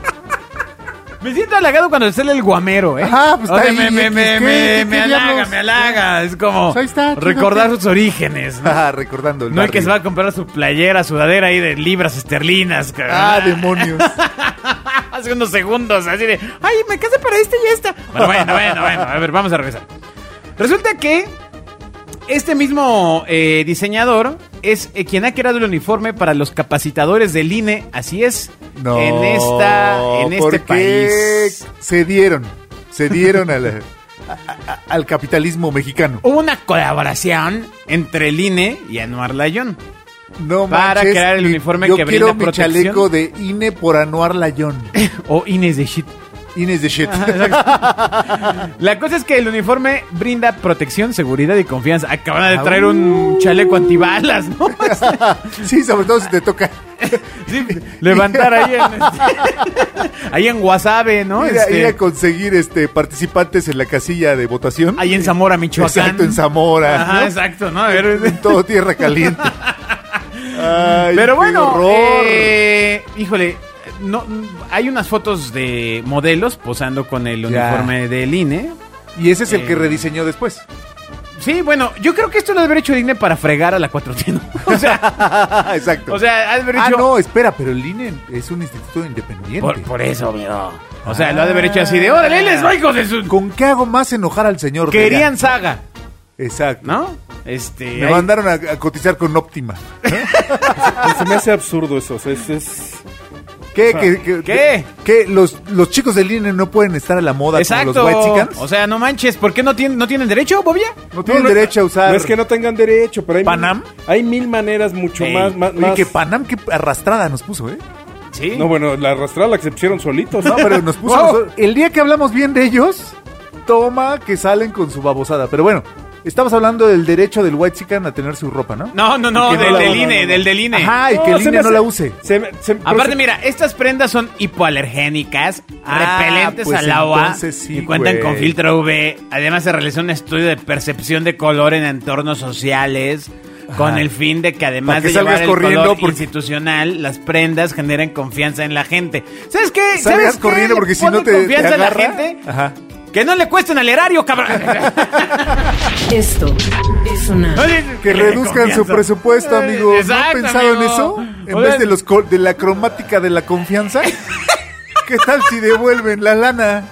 Speaker 2: Me siento halagado cuando le sale el guamero, ¿eh?
Speaker 3: Ajá, pues,
Speaker 2: O sea,
Speaker 3: está
Speaker 2: me,
Speaker 3: ahí,
Speaker 2: me,
Speaker 3: ¿qué-
Speaker 2: me,
Speaker 3: qué-
Speaker 2: me,
Speaker 3: qué
Speaker 2: me halaga,
Speaker 3: diablos?
Speaker 2: me halaga. Es como
Speaker 3: Pues ahí está, chingate.
Speaker 2: recordar sus orígenes. No,
Speaker 3: Ah, recordando el
Speaker 2: No el que
Speaker 3: barrio.
Speaker 2: se va a comprar su playera, sudadera ahí de libras esterlinas.
Speaker 3: Ah,
Speaker 2: cabrón.
Speaker 3: demonios.
Speaker 2: Hace unos segundos, así de, ay, me casé para este y esta. Bueno, bueno, bueno, bueno, a ver, vamos a regresar. Resulta que este mismo eh, diseñador es eh, quien ha creado el uniforme para los capacitadores del INE, así es,
Speaker 3: No.
Speaker 2: en, esta, en
Speaker 3: ¿por
Speaker 2: este
Speaker 3: qué
Speaker 2: país.
Speaker 3: Se dieron. Se dieron al, a- a- al capitalismo mexicano.
Speaker 2: Hubo una colaboración entre el INE y E Anuar Layón.
Speaker 3: No
Speaker 2: Para
Speaker 3: manches,
Speaker 2: crear el
Speaker 3: mi-
Speaker 2: uniforme
Speaker 3: yo
Speaker 2: que
Speaker 3: quiero
Speaker 2: brinda
Speaker 3: mi
Speaker 2: protección.
Speaker 3: chaleco de INE por Anuar Layón.
Speaker 2: O
Speaker 3: E
Speaker 2: Inés de Shit.
Speaker 3: Ines de shit.
Speaker 2: Ah, La cosa es que el uniforme brinda protección, seguridad y confianza. Acaban de
Speaker 3: Ah,
Speaker 2: traer un chaleco antibalas, ¿no?
Speaker 3: sí, sobre todo si te toca.
Speaker 2: Sí, levantar ahí en, este- ahí en Guasave, ¿no?
Speaker 3: ir, a,
Speaker 2: Este,
Speaker 3: ir a conseguir este participantes en la casilla de votación.
Speaker 2: ahí en Zamora, Michoacán.
Speaker 3: Exacto, en Zamora.
Speaker 2: Ajá,
Speaker 3: ¿no?
Speaker 2: exacto, ¿no? A ver, este,
Speaker 3: En todo tierra caliente. Ay,
Speaker 2: Pero
Speaker 3: qué
Speaker 2: bueno,
Speaker 3: horror.
Speaker 2: eh, híjole, no, hay unas fotos de modelos posando con el
Speaker 3: Ya.
Speaker 2: uniforme del E. INE.
Speaker 3: y ese es el
Speaker 2: eh.
Speaker 3: que rediseñó después.
Speaker 2: Sí, bueno, yo creo que esto lo ha de haber hecho el INE para fregar a la 4T. ¿no? O sea,
Speaker 3: exacto.
Speaker 2: Ah, o sea, ha de haber
Speaker 3: ah,
Speaker 2: hecho...
Speaker 3: no, espera, pero el INE es un instituto independiente.
Speaker 2: por, por eso, miedo. O sea, lo ha de haber hecho así de... ¡Órale, les va, hijos de su...
Speaker 3: ¿Con qué hago más enojar al señor? Ortega?
Speaker 2: Querían saga,
Speaker 3: Exacto.
Speaker 2: ¿no? Este...
Speaker 3: Me
Speaker 2: ahí-
Speaker 3: mandaron a, a cotizar con Optima.
Speaker 4: Pues se me hace absurdo eso. o sea, es- es-
Speaker 3: ¿Qué? ¿Qué? ¿Qué?
Speaker 2: ¿Qué?
Speaker 3: qué? los, los chicos del INE no pueden estar a la moda
Speaker 2: Exacto.
Speaker 3: como los white chickens?
Speaker 2: O sea, no manches, ¿por qué no tienen, no tienen derecho, Bobia?
Speaker 3: no tienen
Speaker 4: no, no,
Speaker 3: derecho a usar...
Speaker 4: No es que no tengan derecho, pero hay.
Speaker 3: ¿Panam?
Speaker 4: Hay mil maneras mucho
Speaker 2: Ey.
Speaker 4: más. más,
Speaker 3: Oye,
Speaker 4: más-
Speaker 3: que Panam, qué arrastrada nos puso, ¿eh?
Speaker 2: Sí.
Speaker 4: No, bueno, la arrastrada la que se pusieron solitos.
Speaker 3: No, pero nos puso...
Speaker 2: Wow.
Speaker 3: nosotros- El día que hablamos bien de ellos, toma que salen con su babosada. Pero bueno, estamos hablando del derecho del white chicken a tener su ropa, ¿no?
Speaker 2: No, E. no, no,
Speaker 3: Que no
Speaker 2: del,
Speaker 3: la-
Speaker 2: del
Speaker 3: no, no,
Speaker 2: INE,
Speaker 3: no.
Speaker 2: del del INE.
Speaker 3: Ajá, y que el
Speaker 4: se me
Speaker 3: INE no
Speaker 4: hace-
Speaker 3: la use.
Speaker 4: se me- se- pero
Speaker 2: Aparte,
Speaker 3: Pues,
Speaker 4: se-
Speaker 2: mira, estas prendas son hipoalergénicas,
Speaker 3: Ah,
Speaker 2: repelentes
Speaker 3: pues
Speaker 2: al agua
Speaker 3: entonces sí,
Speaker 2: y cuentan
Speaker 3: güey.
Speaker 2: con filtro UV. Además, se realizó un estudio de percepción de color en entornos sociales con el fin de que
Speaker 3: Pa'
Speaker 2: además
Speaker 3: que
Speaker 2: de llevar
Speaker 3: salgas
Speaker 2: el
Speaker 3: corriendo
Speaker 2: color
Speaker 3: porque-
Speaker 2: institucional, las prendas generen confianza en la gente. ¿Sabes qué?
Speaker 3: Salgas
Speaker 2: ¿Sabes qué
Speaker 3: corriendo
Speaker 2: le
Speaker 3: porque si
Speaker 2: pone
Speaker 3: no te- te
Speaker 2: confianza en la
Speaker 3: agarra?
Speaker 2: gente?
Speaker 3: Ajá.
Speaker 2: Que no le cuesten al erario, cabrón.
Speaker 1: Esto es sonar.
Speaker 2: Oye,
Speaker 3: Que reduzcan su
Speaker 2: confianza. Eh,
Speaker 3: presupuesto, amigo. ¿No han
Speaker 2: Exacto,
Speaker 3: pensado en
Speaker 2: amigo.
Speaker 3: eso? En
Speaker 2: Oigan,
Speaker 3: vez de, los co- de la cromática de la confianza. ¿Qué tal si devuelven la lana?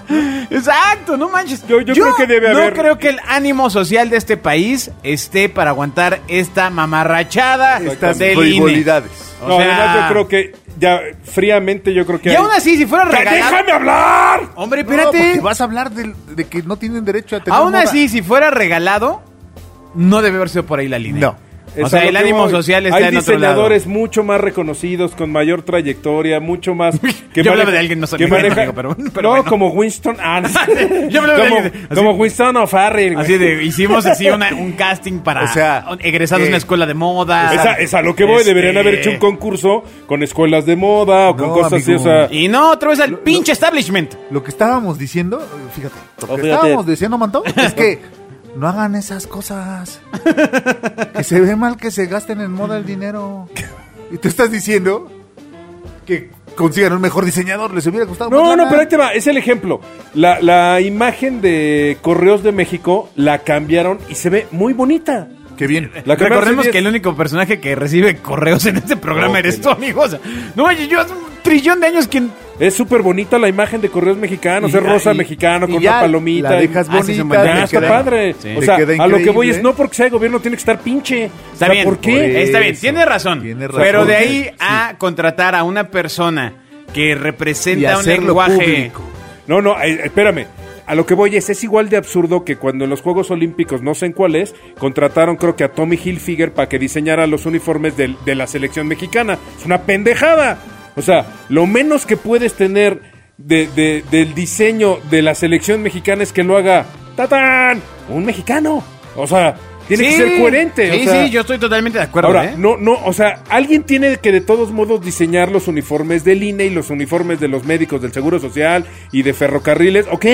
Speaker 2: Exacto, no manches.
Speaker 4: Yo- yo creo que debe
Speaker 2: no
Speaker 4: haber-
Speaker 2: creo que el ánimo social de este país esté para aguantar esta mamarrachada
Speaker 3: Estas
Speaker 2: del INE.
Speaker 3: frivolidades.
Speaker 2: O
Speaker 4: no,
Speaker 2: sea,
Speaker 4: además yo creo que ya fríamente yo creo que.
Speaker 2: Y
Speaker 4: hay-
Speaker 2: aún así, si fuera
Speaker 4: ¡Que
Speaker 2: regalado...
Speaker 4: ¡Déjame hablar!
Speaker 2: Hombre,
Speaker 3: No,
Speaker 2: espérate.
Speaker 3: porque vas a hablar del- de, que no tienen derecho a tener
Speaker 2: aún
Speaker 3: moda.
Speaker 2: así, si fuera regalado, no debe haber sido por ahí la línea.
Speaker 3: No.
Speaker 4: Es
Speaker 2: O
Speaker 4: a
Speaker 2: sea,
Speaker 4: lo
Speaker 2: el
Speaker 4: que
Speaker 2: ánimo
Speaker 4: voy.
Speaker 2: social está
Speaker 4: Hay
Speaker 2: en otro lado.
Speaker 4: diseñadores mucho más reconocidos, con mayor trayectoria, mucho más...
Speaker 2: Yo hablaba de alguien, no sabía
Speaker 4: que
Speaker 2: quién,
Speaker 4: maneja-
Speaker 2: amigo, pero- pero
Speaker 4: no,
Speaker 2: bueno.
Speaker 4: como Winston... Ah, no.
Speaker 2: Yo hablaba de
Speaker 4: como,
Speaker 2: alguien así.
Speaker 4: como Winston O'Farrell. güey.
Speaker 2: Así de, hicimos así una- un casting para
Speaker 3: O sea,
Speaker 2: egresados de
Speaker 3: eh,
Speaker 2: una escuela de moda.
Speaker 4: Es a, es a lo que voy,
Speaker 2: Este,
Speaker 4: deberían haber hecho un concurso con escuelas de moda o con
Speaker 3: No,
Speaker 4: cosas así, o
Speaker 3: amigo.
Speaker 4: sea...
Speaker 2: Y no, otra vez al pinche establishment.
Speaker 3: Lo que estábamos diciendo, eh, fíjate, lo que
Speaker 5: Oh, fíjate.
Speaker 3: estábamos diciendo, Mantón, es que no hagan esas cosas. Que se ve mal que se gasten en moda el dinero. Y tú estás diciendo que consigan un mejor diseñador, les hubiera gustado más
Speaker 4: No, no,
Speaker 3: lana.
Speaker 4: pero ahí te va, es el ejemplo. La, la imagen de Correos de México la cambiaron y se ve muy bonita.
Speaker 3: Qué bien.
Speaker 4: La cambiaron
Speaker 2: Recordemos
Speaker 4: hace
Speaker 2: que el
Speaker 4: 10.
Speaker 2: único personaje que recibe correos en este programa
Speaker 4: No,
Speaker 2: eres
Speaker 4: que
Speaker 2: tú, amigo. O sea, no, oye, yo hace un trillón de años que...
Speaker 4: Es súper bonita la imagen de Correos Mexicanos,
Speaker 2: Y
Speaker 4: es
Speaker 2: ya,
Speaker 4: rosa
Speaker 2: y-
Speaker 4: mexicano
Speaker 3: y
Speaker 4: con
Speaker 3: ya
Speaker 4: una palomita.
Speaker 3: la dejas
Speaker 4: y- Ah, sí, se
Speaker 3: bonita,
Speaker 4: mantiene.
Speaker 3: te
Speaker 4: Ah, está
Speaker 3: queda-
Speaker 4: padre.
Speaker 2: sí.
Speaker 4: O
Speaker 3: Te
Speaker 4: sea,
Speaker 3: queda
Speaker 4: a lo que
Speaker 3: increíble.
Speaker 4: voy es no porque sea de gobierno tiene que estar pinche.
Speaker 2: Está
Speaker 4: O sea,
Speaker 2: bien.
Speaker 4: ¿Por qué?
Speaker 3: Por
Speaker 2: Está bien,
Speaker 3: eso.
Speaker 2: tiene razón.
Speaker 3: Tiene razón.
Speaker 2: Pero de
Speaker 3: Sí,
Speaker 2: ahí
Speaker 3: sí.
Speaker 2: a contratar a una persona que
Speaker 3: Y
Speaker 2: representa un
Speaker 3: hacerlo
Speaker 2: lenguaje...
Speaker 3: público.
Speaker 4: No, no, eh, espérame. A lo que voy es, es igual de absurdo que cuando en los Juegos Olímpicos, no sé en cuál es, contrataron creo que a Tommy Hilfiger para que diseñara los uniformes del- de, la selección mexicana. Es una pendejada. O sea, lo menos que puedes tener de- de- del diseño de la selección mexicana es que lo haga ¡tatán! un mexicano. O sea, tiene que
Speaker 2: Sí,
Speaker 4: ser coherente.
Speaker 2: Sí,
Speaker 4: o sea,
Speaker 2: sí, yo estoy totalmente de acuerdo.
Speaker 4: Ahora,
Speaker 2: ¿eh?
Speaker 4: no, no, o sea, alguien tiene que de todos modos diseñar los uniformes del INE y los uniformes de los médicos del Seguro Social y de ferrocarriles, ok.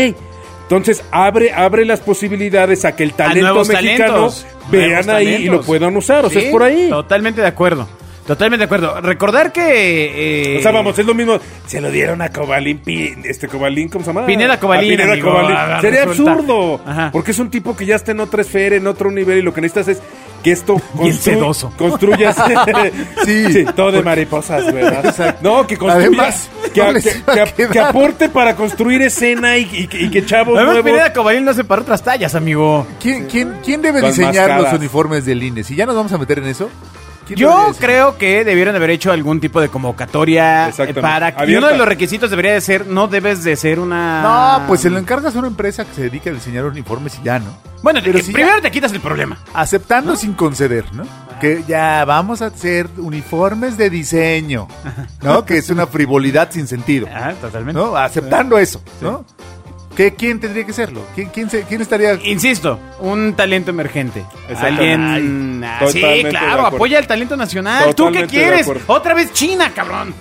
Speaker 4: Entonces abre, abre las posibilidades a que el talento
Speaker 2: nuevos
Speaker 4: mexicano
Speaker 2: talentos,
Speaker 4: vean
Speaker 2: nuevos
Speaker 4: ahí y
Speaker 2: talentos.
Speaker 4: lo puedan usar, o sea,
Speaker 2: Sí,
Speaker 4: es por ahí.
Speaker 2: Totalmente de acuerdo. Totalmente de acuerdo. Recordar que... eh,
Speaker 4: O sea, vamos, es lo mismo. Se lo dieron a Cobalín, Pi- este Cobalín, ¿cómo se llama?
Speaker 2: Pineda Cobalín,
Speaker 4: A Pineda
Speaker 2: amigo,
Speaker 4: Cobalín.
Speaker 2: ah,
Speaker 4: Sería
Speaker 2: resulta.
Speaker 4: absurdo.
Speaker 2: Ajá.
Speaker 4: Porque es un tipo que ya está en otra esfera, en otro nivel, y lo que necesitas es que esto
Speaker 2: Bien
Speaker 4: constru-
Speaker 2: sedoso.
Speaker 4: construyas.
Speaker 3: Sí.
Speaker 4: todo de mariposas, ¿verdad? No, que construyas.
Speaker 3: Además,
Speaker 4: que,
Speaker 3: no les
Speaker 4: que-
Speaker 3: va a
Speaker 4: que- que
Speaker 3: quedar.
Speaker 4: aporte para construir escena y, y que- y que chavos
Speaker 2: Además,
Speaker 4: nuevos.
Speaker 2: Pineda Cobalín lo hace para otras tallas, amigo.
Speaker 3: ¿Quién, quién, quién debe
Speaker 4: Con
Speaker 3: diseñar
Speaker 4: mascadas.
Speaker 3: los uniformes del INE? Si ya nos vamos a meter en eso. ¿quién debería
Speaker 2: Yo
Speaker 3: diseñar?
Speaker 2: creo que debieron haber hecho algún tipo de convocatoria
Speaker 4: Exactamente.
Speaker 2: eh, para que y
Speaker 4: Abierta.
Speaker 2: uno de los requisitos debería de ser no debes de ser una
Speaker 3: No, pues se lo encargas a una empresa que se dedica a diseñar uniformes y ya, ¿no?
Speaker 2: Bueno,
Speaker 3: Pero
Speaker 2: eh,
Speaker 3: si ya-
Speaker 2: primero te quitas el problema.
Speaker 3: Aceptando sin conceder, ¿no? que ya vamos a hacer uniformes de diseño, ¿no? Que es una frivolidad sin sentido,
Speaker 4: Ah,
Speaker 2: Ajá, totalmente.
Speaker 3: ¿no? Aceptando eso, ¿no? ¿Qué, ¿Quién tendría que serlo? ¿Quién, quién, se- quién estaría...?
Speaker 2: Insisto, un talento emergente.
Speaker 4: Exacto.
Speaker 2: Alguien.
Speaker 4: Ay,
Speaker 2: Ah, sí,
Speaker 4: totalmente de
Speaker 2: claro,
Speaker 4: acuerdo.
Speaker 2: apoya el talento nacional. ¿Tú qué
Speaker 4: Totalmente de
Speaker 2: quieres?
Speaker 4: acuerdo.
Speaker 2: Otra vez China, cabrón.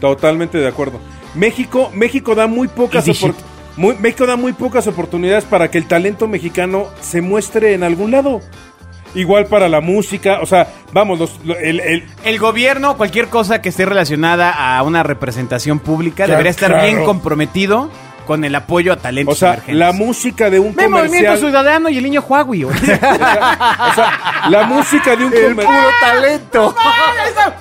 Speaker 4: Totalmente de acuerdo. México, México da muy pocas
Speaker 2: Easy shit.
Speaker 4: opor- muy- México da muy pocas oportunidades para que el talento mexicano se muestre en algún lado. Igual para la música, o sea, vamos, los- lo- el- el-
Speaker 2: El gobierno, cualquier cosa que esté relacionada a una representación pública,
Speaker 4: Claro,
Speaker 2: debería estar bien
Speaker 4: claro.
Speaker 2: comprometido con el apoyo a talentos
Speaker 4: o sea,
Speaker 2: emergentes.
Speaker 4: la música de un
Speaker 2: Ve Movimiento
Speaker 4: comercial,
Speaker 2: Ciudadano y el niño Huawei. güey.
Speaker 4: o sea, la música de un
Speaker 3: ¡El puro
Speaker 4: comercial,
Speaker 3: talento!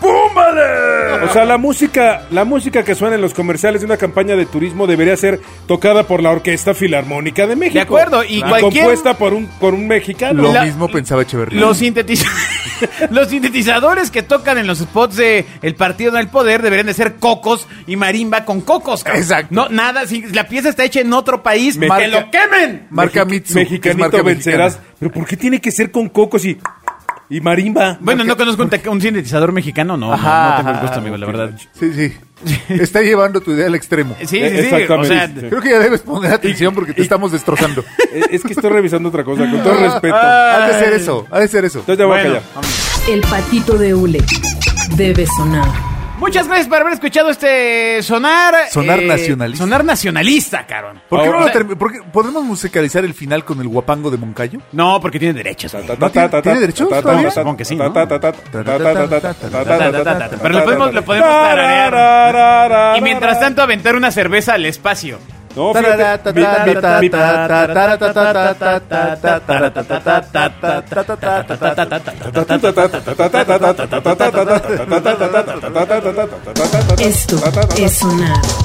Speaker 4: o sea, la música, la música que suena en los comerciales de una campaña de turismo debería ser tocada por la Orquesta Filarmónica de México.
Speaker 2: acuerdo, y cualquier-
Speaker 4: compuesta por un por un mexicano.
Speaker 3: Lo
Speaker 2: La-
Speaker 3: mismo pensaba Echeverría.
Speaker 2: Los, sintetiza- los sintetizadores que tocan en los spots de El Partido del Poder deberían de ser cocos y marimba con cocos. cabrón.
Speaker 3: Exacto.
Speaker 2: No, nada, si la pieza está hecha en otro país,
Speaker 4: Me-
Speaker 2: ¡que lo quemen!
Speaker 3: Marca
Speaker 4: Mexi-
Speaker 3: Mitsu. que es
Speaker 4: Mexicanito
Speaker 3: marca
Speaker 4: vencerás.
Speaker 3: mexicana.
Speaker 4: Pero ¿por qué tiene que ser con cocos y, y marimba?
Speaker 2: Bueno, no conozco un, te- un sintetizador mexicano, no, no,
Speaker 3: Ajá,
Speaker 2: no tengo el
Speaker 3: ajá,
Speaker 2: gusto, amigo, la verdad.
Speaker 3: Sí, sí. Está llevando tu idea al extremo.
Speaker 2: Sí, sí,
Speaker 4: Eh,
Speaker 2: sí, o sea,
Speaker 4: exactamente, sí.
Speaker 3: Creo que ya debes poner atención porque te estamos destrozando. Ah,
Speaker 4: Es, es que estoy revisando otra cosa, con todo respeto.
Speaker 3: Ha de ser eso, ha de ser eso.
Speaker 4: Entonces ya voy
Speaker 2: Bueno.
Speaker 4: a callar.
Speaker 1: El patito de Ule debe sonar.
Speaker 2: muchas gracias por haber escuchado este sonar... eh,
Speaker 3: Sonar nacionalista.
Speaker 2: Sonar nacionalista, cabrón.
Speaker 3: ¿Por qué no
Speaker 2: O
Speaker 3: lo
Speaker 2: sea,
Speaker 3: termi- por qué- ¿Podemos musicalizar el final con el guapango de Moncayo?
Speaker 2: No, porque tiene derechos. güey.
Speaker 3: ¿No tiene- tiene derechos todavía?
Speaker 2: Supongo que sí, ¿no? Pero
Speaker 4: Pero
Speaker 2: lo podemos- lo podemos
Speaker 4: tararear.
Speaker 2: Y mientras tanto aventar una cerveza al espacio.
Speaker 4: No, fíjate, mi- mi- mi-
Speaker 3: Esto
Speaker 1: Esto es sonar.